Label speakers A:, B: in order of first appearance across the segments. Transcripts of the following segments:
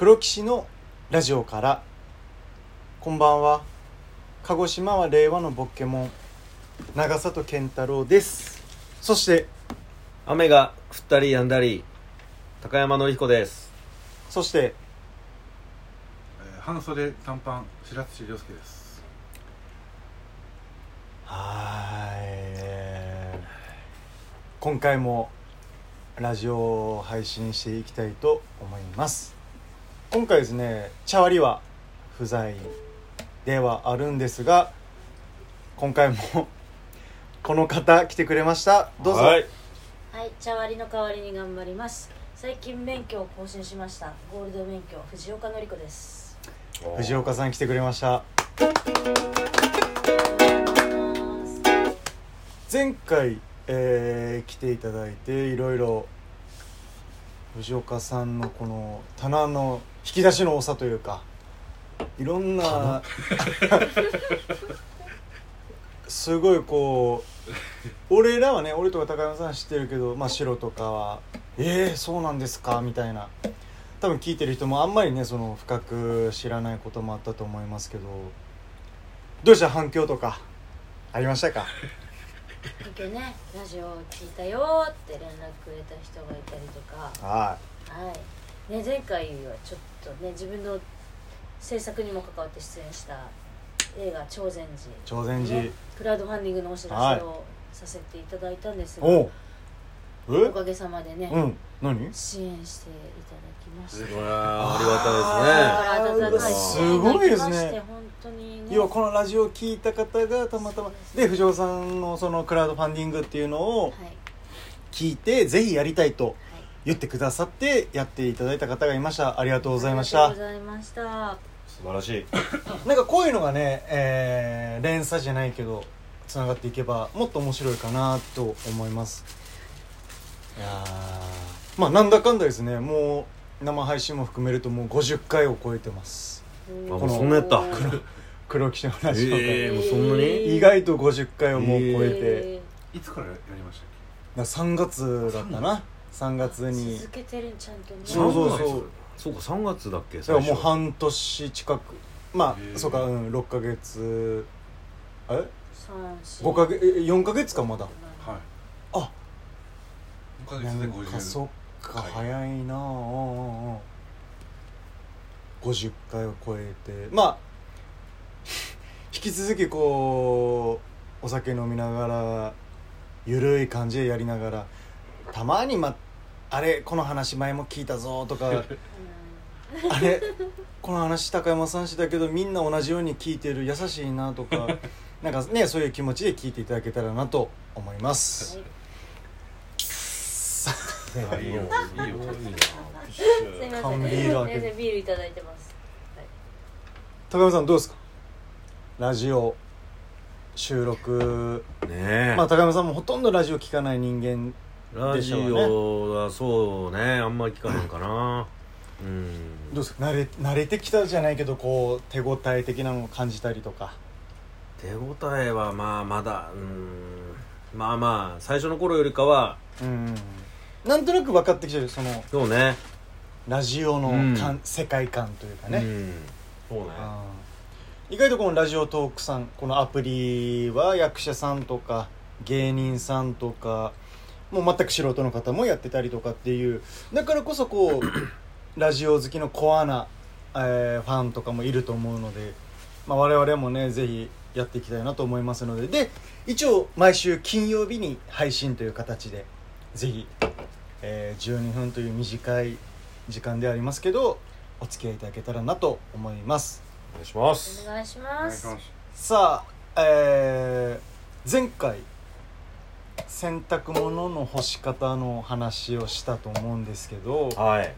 A: ロキシのラジオからこんばんは鹿児島は令和のボッケモン長里健太郎ですそして
B: 雨が降ったり止んだり高山紀彦です
A: そして
C: えー半袖短パン白土涼介です
A: はーいえー今回もラジオを配信していきたいと思います今回ですね茶割りは不在ではあるんですが今回もこの方来てくれましたどうぞ、
B: はい
D: はい、茶割りの代わりに頑張ります。最近免許を更新しました。ゴールド免許、藤岡典子です。
A: 藤岡さん来てくれました前回、えー来ていただいていろいろ藤岡さんのこの棚の引き出しの多さというかいろんなすごいこう俺らはね俺とか高山さんは知ってるけど、まあ、白とかは「えー、そうなんですか」みたいな多分聞いてる人もあんまりねその深く知らないこともあったと思いますけどどうでした反響とかありましたか
D: 結局ね、ラジオを聞いたよーって連絡くれた人がいたりとか、
A: は
D: はい。ね、前回はちょっとね、自分の制作にも関わって出演した映画超善
A: い朝鮮
D: 寺、
A: 寺、
D: ね、クラウドファンディングのお知らせをさせていただいたんですが、
A: おう
D: お
A: え
D: かげさまでね、
A: うん何
D: 支援していただきました。
B: うわ
A: あ
B: ーあ
D: あー温かい
B: す
A: ごいですね
D: 支援いただきまして本当にね
A: 要はこのラジオを聞いた方がたまたまで藤尾さんのそのクラウドファンディングっていうのを
D: はい
A: 聞いてぜひやりたいと
D: はい
A: 言ってくださってやっていただいた方がいましたありがとうございまし
D: あ
A: た
D: りがとうございました
B: りがたいですね素晴らしい
A: なんかこういうのがね、えー連鎖じゃないけどつながっていけばもっと面白いかなと思いますいやーまあなんだかんだですねもう生配信も含めるともう50回を超えてます
B: あ
A: こ
B: もう
A: の
B: そんなやった
A: 黒騎士のラジオが、
B: えーもうそんなに
A: 意外と50回をもう超えて、
D: え
C: いつからやりましたっ
A: だ3月だったな3月
D: ー
A: に
D: 続けてるんちゃんとね
A: そうそうそう
B: そうか3月だっけ
A: だからもう
B: 半
A: 半年近くま
C: へ
A: あ
C: ー
A: そうかうん6ヶ月あれ
D: 三四
A: 5ヶ月え4ヶ月かまだ
C: けはい
A: あ
C: 5ヶ
A: な
C: 月で
A: んか
C: 50
A: そっか早いなああ50回を超えてまあ 引き続きこうお酒飲みながらゆるい感じでやりながらたまに、ま「あれこの話前も聞いたぞ」とか「あれこの話高山さんしてたけどみんな同じように聞いてる優しいな」とかなんかねそういう気持ちで聞いていただけたらなと思います。さあ
C: いいよいいよ
D: うんすいませ
A: 缶
D: ん
A: ビール開けて
D: 全然ビールいただいてます
A: 高山さんどうですかラジオ収録、
B: ねえ、
A: まあ高山さんもほとんどラジオ聞かない人間
B: ラジオはそうねあんまり聞かへんかなうん
A: どうですか慣れ慣れてきたじゃないけどこう手応え的なのを感じたりとか
B: 手応えはまあまだうんまあまあ最初の頃よりかは
A: うんなんとなく分かってきてるその
B: そうね
A: ラジオの
B: うん
A: かん世界観というか
B: う
A: ね、
B: んそうね
A: あー意外とこのラジオトークさんこのアプリは役者さんとか芸人さんとかもう全く素人の方もやってたりとかっていうだからこそこ うラジオ好きのコアな、えーファンとかもいると思うので、まあ、我々もねぜひやっていきたいなと思いますのでで一応毎週金曜日に配信という形でぜひ、えー12分という短い時間でありますけどお付き合いいただけたらなと思います
B: お願いしま
D: お
B: す
D: 願いし
C: お願
D: ま
C: いし
D: す
C: ます
A: さあ、えー前回洗濯物の干し方の話をしたと思うんですけど
B: はい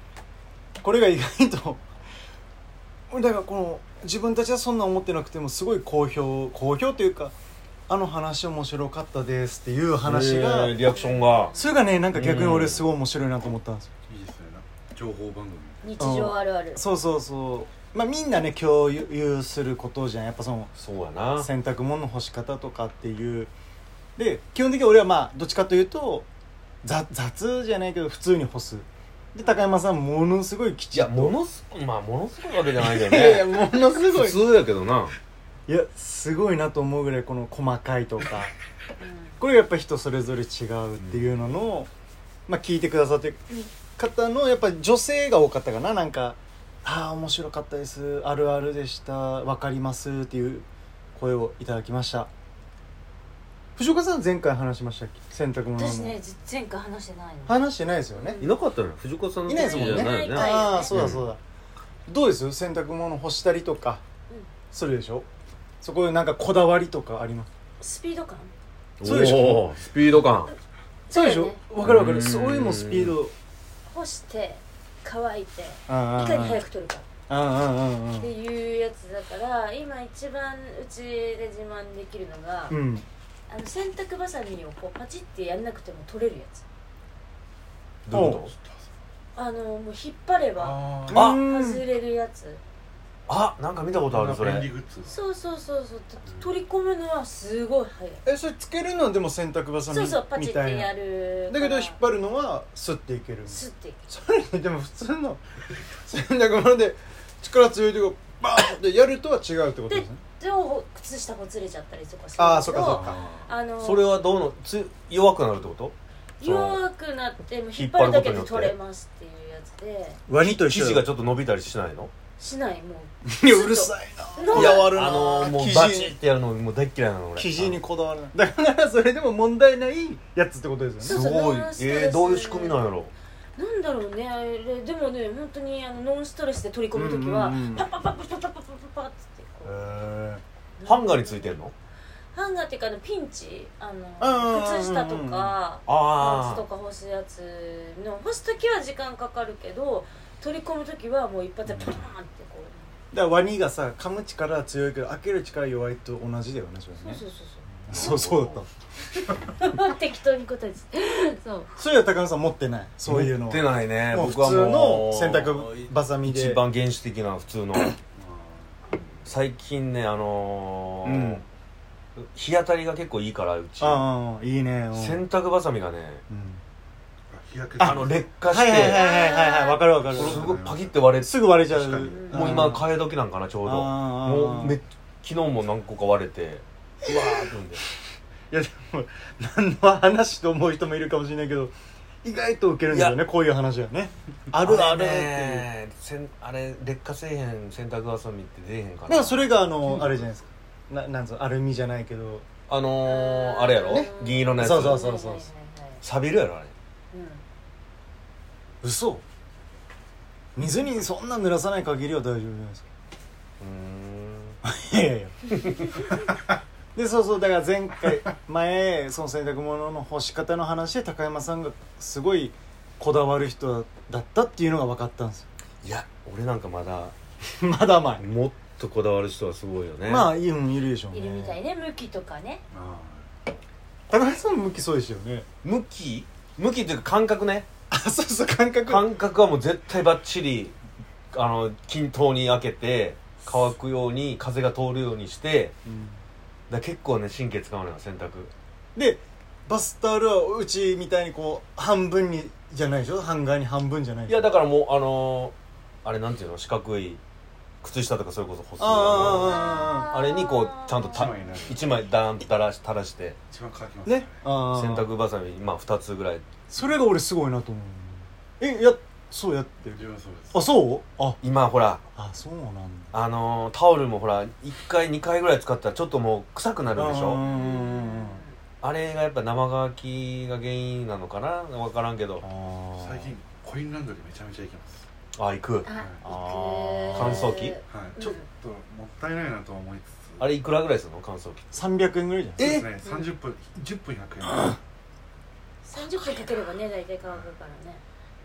A: これが意外とだからこの自分たちはそんな思ってなくてもすごい好評好評というかあの話面白かったですっていう話が
B: えーリアクションが
A: それがねなんか逆に俺すごい面白いなと思ったんですよ
C: いいですね情報番組
D: 日常あるある
A: そうそうそうまあみんなね共有することじゃんやっぱその
B: そうやな
A: 洗濯物の干し方とかっていうで基本的に俺はまあどっちかというと雑雑じゃないけど普通に干すで高山さんものすごいき
B: い
A: ちっ
B: や
A: と
B: ものすごいまあものすごいわけじゃないけど
A: いやいや
B: ね
A: ものすご
B: 普
A: い
B: 通やけどない
A: やすごいなと思うぐらいこの細かいとかこれやっぱ人それぞれ違うっていうのの、まあ、聞いてくださってる方のやっぱ女性が多かったかななんか「ああ面白かったですあるあるでしたわかります」っていう声をいただきました藤岡さん前回話しましたっけ洗濯
D: うん
A: 物の
D: 私ねぜ前回話してないの
A: 話してないですよね
B: いなかったのよ藤子さんの
A: いないですもんね
B: じゃないよ
D: はい
B: ね
A: ああそうだそうだ、どうです洗濯物干したりとか
D: うん
A: するでしょそこでなんかこだわりとかあります
D: スピード感
A: そうでしょ
B: おースピード感
A: そうでし
D: だ
A: ょ
D: よね
A: わかるわか
B: う
A: る
B: ん
A: そういうもスピード
D: 干して乾いてい
A: ああ
D: かに早く取るか
A: うんうんうんう
D: って
A: ん
D: いうやつだから今一番うちで自慢できるのが、
A: うん
D: あの洗濯バサミをこうパチってやんなくても取れるやつ
B: どういうこと
D: あのもう引っ張れば
C: あ
B: あ
A: うん
D: 外れるやつ、
B: あなんか見たことあるそ
C: 便利
B: れ
C: グッズ
D: そうそうそうそうと取り込むのはすごい早い
A: えそれつけるのはでも洗濯バサミ
D: そうそうパチ
A: み
D: って
A: たい
D: や
A: な
D: る
A: だけど引っ
D: る
A: 張るのはスッていける
D: スッていく
A: それ でも普通の洗濯物で力強いとこバーンってやるとは違うってことですね
D: でも靴下ほつれちゃったりとかするけど
A: ああそっかそっか
B: あ
D: あの
B: ーそれはどうのつ弱くなるってこと
D: 弱くなっても
B: 引
D: 引
B: っ
D: っ
B: 張る
D: 張る
B: こ
D: だ
B: と
D: け
B: によ
D: で
B: って
D: 取れますっていうやつで
A: ワニと
B: 生地がちょっと伸びたりしないの
D: しないも
A: いやうるさいな
D: う
A: こ
D: ん
A: だわるな
B: あのーも
A: 生
B: う
A: 地
B: バチってやるのもう大っ嫌いなの俺
A: 生地にこだわるなだからそれでも問題ないやつってことです
B: す
A: よね
D: そうそう
B: ごい
D: ノンストレス
B: えー、どういう仕組みなんやろ
D: うなんだろうねあれでもね本当にあのノンストレスで取り込む時は
A: うんうんうん
D: パッパッパッパッパッパッパッパッパッつってこう
A: へ
B: ハンガーについてんの
D: ハンガーっていうかあのピンチあ
A: うんうんうんうん
D: の靴下とかパンツと
B: あ
D: か干すやつの干す時は時間かかるけど取り込む時はもう一発でパーンってこう
A: だからワニがさ噛む力は強いけど開ける力弱いと同じだよねそれね
D: そうそうそう
A: そうそうだっ
D: そう 適当に答えてそう
A: たそれは高野さん持ってない
B: あ
A: そういうの
B: 持ってないね
A: もう普
B: 僕は
A: 通
B: も
A: の
B: う
A: 洗濯バサミで
B: 一番原始的な普通の最近ねあのー日当たりが結構いいからうち
A: ああいいねうん
B: 洗濯バサミがね
A: うん
C: 日焼け
B: あの劣化して、
A: はいはいはいはいはいわかるわかる
B: これすごいパキって割れて
A: すぐ割れちゃう
C: 確かに
B: もう今替え時なんかなちょうど
A: あー
B: もうめ昨日も何個か割れてうわーってんで
A: いやでも何の話と思う人もいるかもしれないけど意外と受けるんですよ
B: い
A: ねこういう話はねあ
B: あ
A: る
B: る
A: あ
B: あ
A: る
B: る
A: っていう
B: せんあれ劣化せえへん洗濯バサミって出えへんか
A: だ
B: な
A: からそれがあのあれじゃないですかななんぞアルミじゃないけど
B: あのー、あれやろ、
D: ね
B: 銀色のやつ
A: そうそうそう
D: はいはいはいはい
B: 錆びるやろあれ
D: うん
A: 嘘水にそんな濡らさない限りは大丈夫じゃないですか
B: うーん
A: いやいやでそうそうだから前回前その洗濯物の干し方の話で高山さんがすごいこだわる人だったっていうのが分かったんですよ
B: いや俺なんかまだ
A: まだ前、
B: もっとこだわる人はすごいよね
A: まあいいもんいるでしょうね
D: いるみたいね向きとかね
C: あ
A: 高山さんも向きそうですよね
B: 向き向きというか感覚ね
A: あそうそう感覚
B: 感覚はもう絶対バッチリあの均等に開けて乾くように風が通るようにして
A: うん
B: だから結構ね神経使うのよ洗濯
A: でバスタオルはうちみたいにこう半分にじゃないでしょハンガーに半分じゃない
B: いやだからもうあのーあれなんていうの四角い靴下とかそれこそ干す
A: ああ
B: あ
A: あ
B: のあれにこうちゃんとた
C: 一枚ね
B: 一枚ダーンと垂らし垂らして
C: 一番乾きます
A: ねああ
B: 洗濯バサミまあ2つぐらい
A: それが俺すごいなと思うえやそうやってる
C: 自分はそうです
A: あそうあ
B: 今ほら
A: あそうなんだ
B: あのータオルもほら1回2回ぐらい使ったらちょっともう臭くなるでし
A: うんう
B: ょ
A: んうんうん
B: あれがやっぱ生乾きが原因なのかな分からんけど
A: あー
C: 最近コインランドリーめちゃめちゃ行きます
B: あ行く
D: あ
B: 乾
D: 行く
B: 燥機
C: はいちょっともったいないなとは思いつつ
B: あれいくらぐらいするの乾燥機
A: 300円ぐらいじゃん
C: そうですね30分10分100円
D: 30分かければね大体乾くからね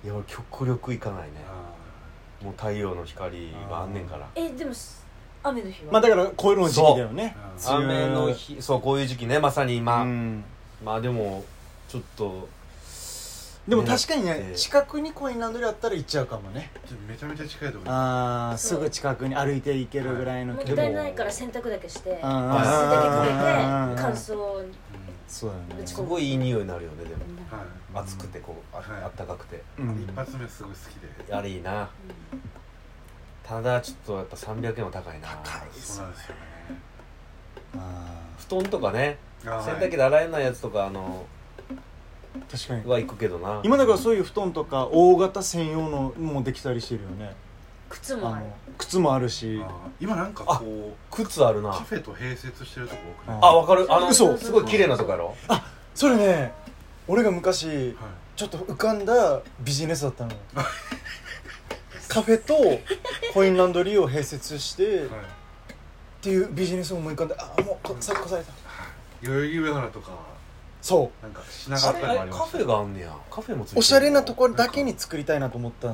B: いや俺極力行かないね
C: あ
B: もう太陽の光があんねんから
D: えでもす雨の日は
A: まあだからこういうの時期だよね
C: ー
A: 強い
B: 雨の日そうこういう時期ねまさに今、
A: うん
B: まあでもちょっと
A: でも確かに
B: え
A: ね
B: ー
A: 近くにコインランドリーあったら行っちゃうかもね
C: ちょめちゃめちゃ近いところに
A: ああすぐ近くに歩いて行けるぐらいの
D: も
A: 距
D: っ
A: 離
D: たいないから洗濯だけして水だけ
A: あ
B: ー
D: かけて乾
A: あー
D: 燥
C: う
A: そうだよね
D: ぶち
B: すごいいい匂いになるよねでも
C: んはい
B: 熱くてこうあ,、
C: はい
B: ったかくて
A: うん
C: 一発目すごい好きで
B: あれいいなただちょっとやっぱ300円は高いな
A: 高い
C: そうなんですよね
A: あ
B: 布団とかね
C: あー
B: 洗濯機で洗えないやつとかあの
A: ー確かに
B: は行くけどな
A: 今だからそういう布団とか大型専用のもできたりしてるよね
D: 靴
A: あ
D: もある
A: の靴もあるし
C: あー今なんかこ
B: 靴ある
C: う
B: な
C: カフェと併設してるとこ多くない
A: あ
B: あわかるあの
A: 嘘
B: すごい綺麗なとこやろ
A: それね俺が昔
C: はい
A: ちょっと浮かんだビジネスだ ったのよカフェとコインランドリーを併設してっ
C: はい
A: ていうビジネスを思い浮かんでああもうこ殺された
C: 代々木上原とか
A: そ
C: なんか品
B: あ
C: 川
B: れ
C: とかもありま
B: カ
C: し
B: フ
C: た
B: ェがあんねやカフェもついて
A: うおしゃれなところだけに作りたいなと思ったの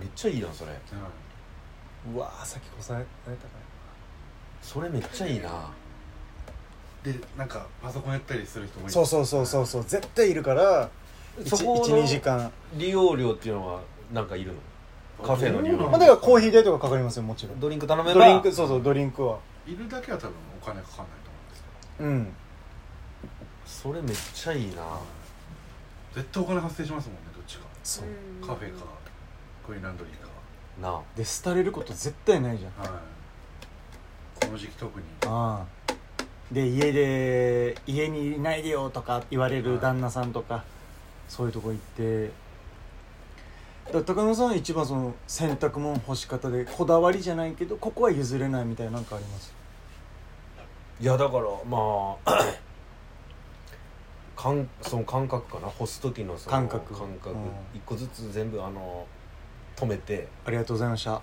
B: めっちゃいいなそれ
C: はいう
A: わーさっき殺されたか
B: それめっちゃいいな
C: でなんかパソコンやったりする人もい
A: ら
C: る
A: そうそうそうそうそう絶対いるから
B: そこの
A: 12時間
B: 利用料っていうのはなんかいるのカフェの利用料
A: まあだからコーヒー代とかかかりますよもちろん
B: ドリンク頼めば
A: ドリンクそうそうドリンクはい
C: るだけは多分お金かかんないと思うんですけ
A: うん
B: それめっちゃいいな
C: ど絶対お金発生しますもんねどっちか
A: そう
C: カフェかコインランドリー
B: な
A: で廃れること絶対ないじゃん
C: かはいこの時期特に
A: ああで家で家にいないでよとか言われる旦那さんとか、そういうとこ行ってだから高野さんは一番その洗濯物干し方でこだわりじゃないけどここは譲れないみたいななんかあります
B: いやだからまあ かんその感覚かな干す時のその
A: 感覚
B: 感覚
A: うん
B: 一個ずつ全部あの止めて
A: ありがとうございました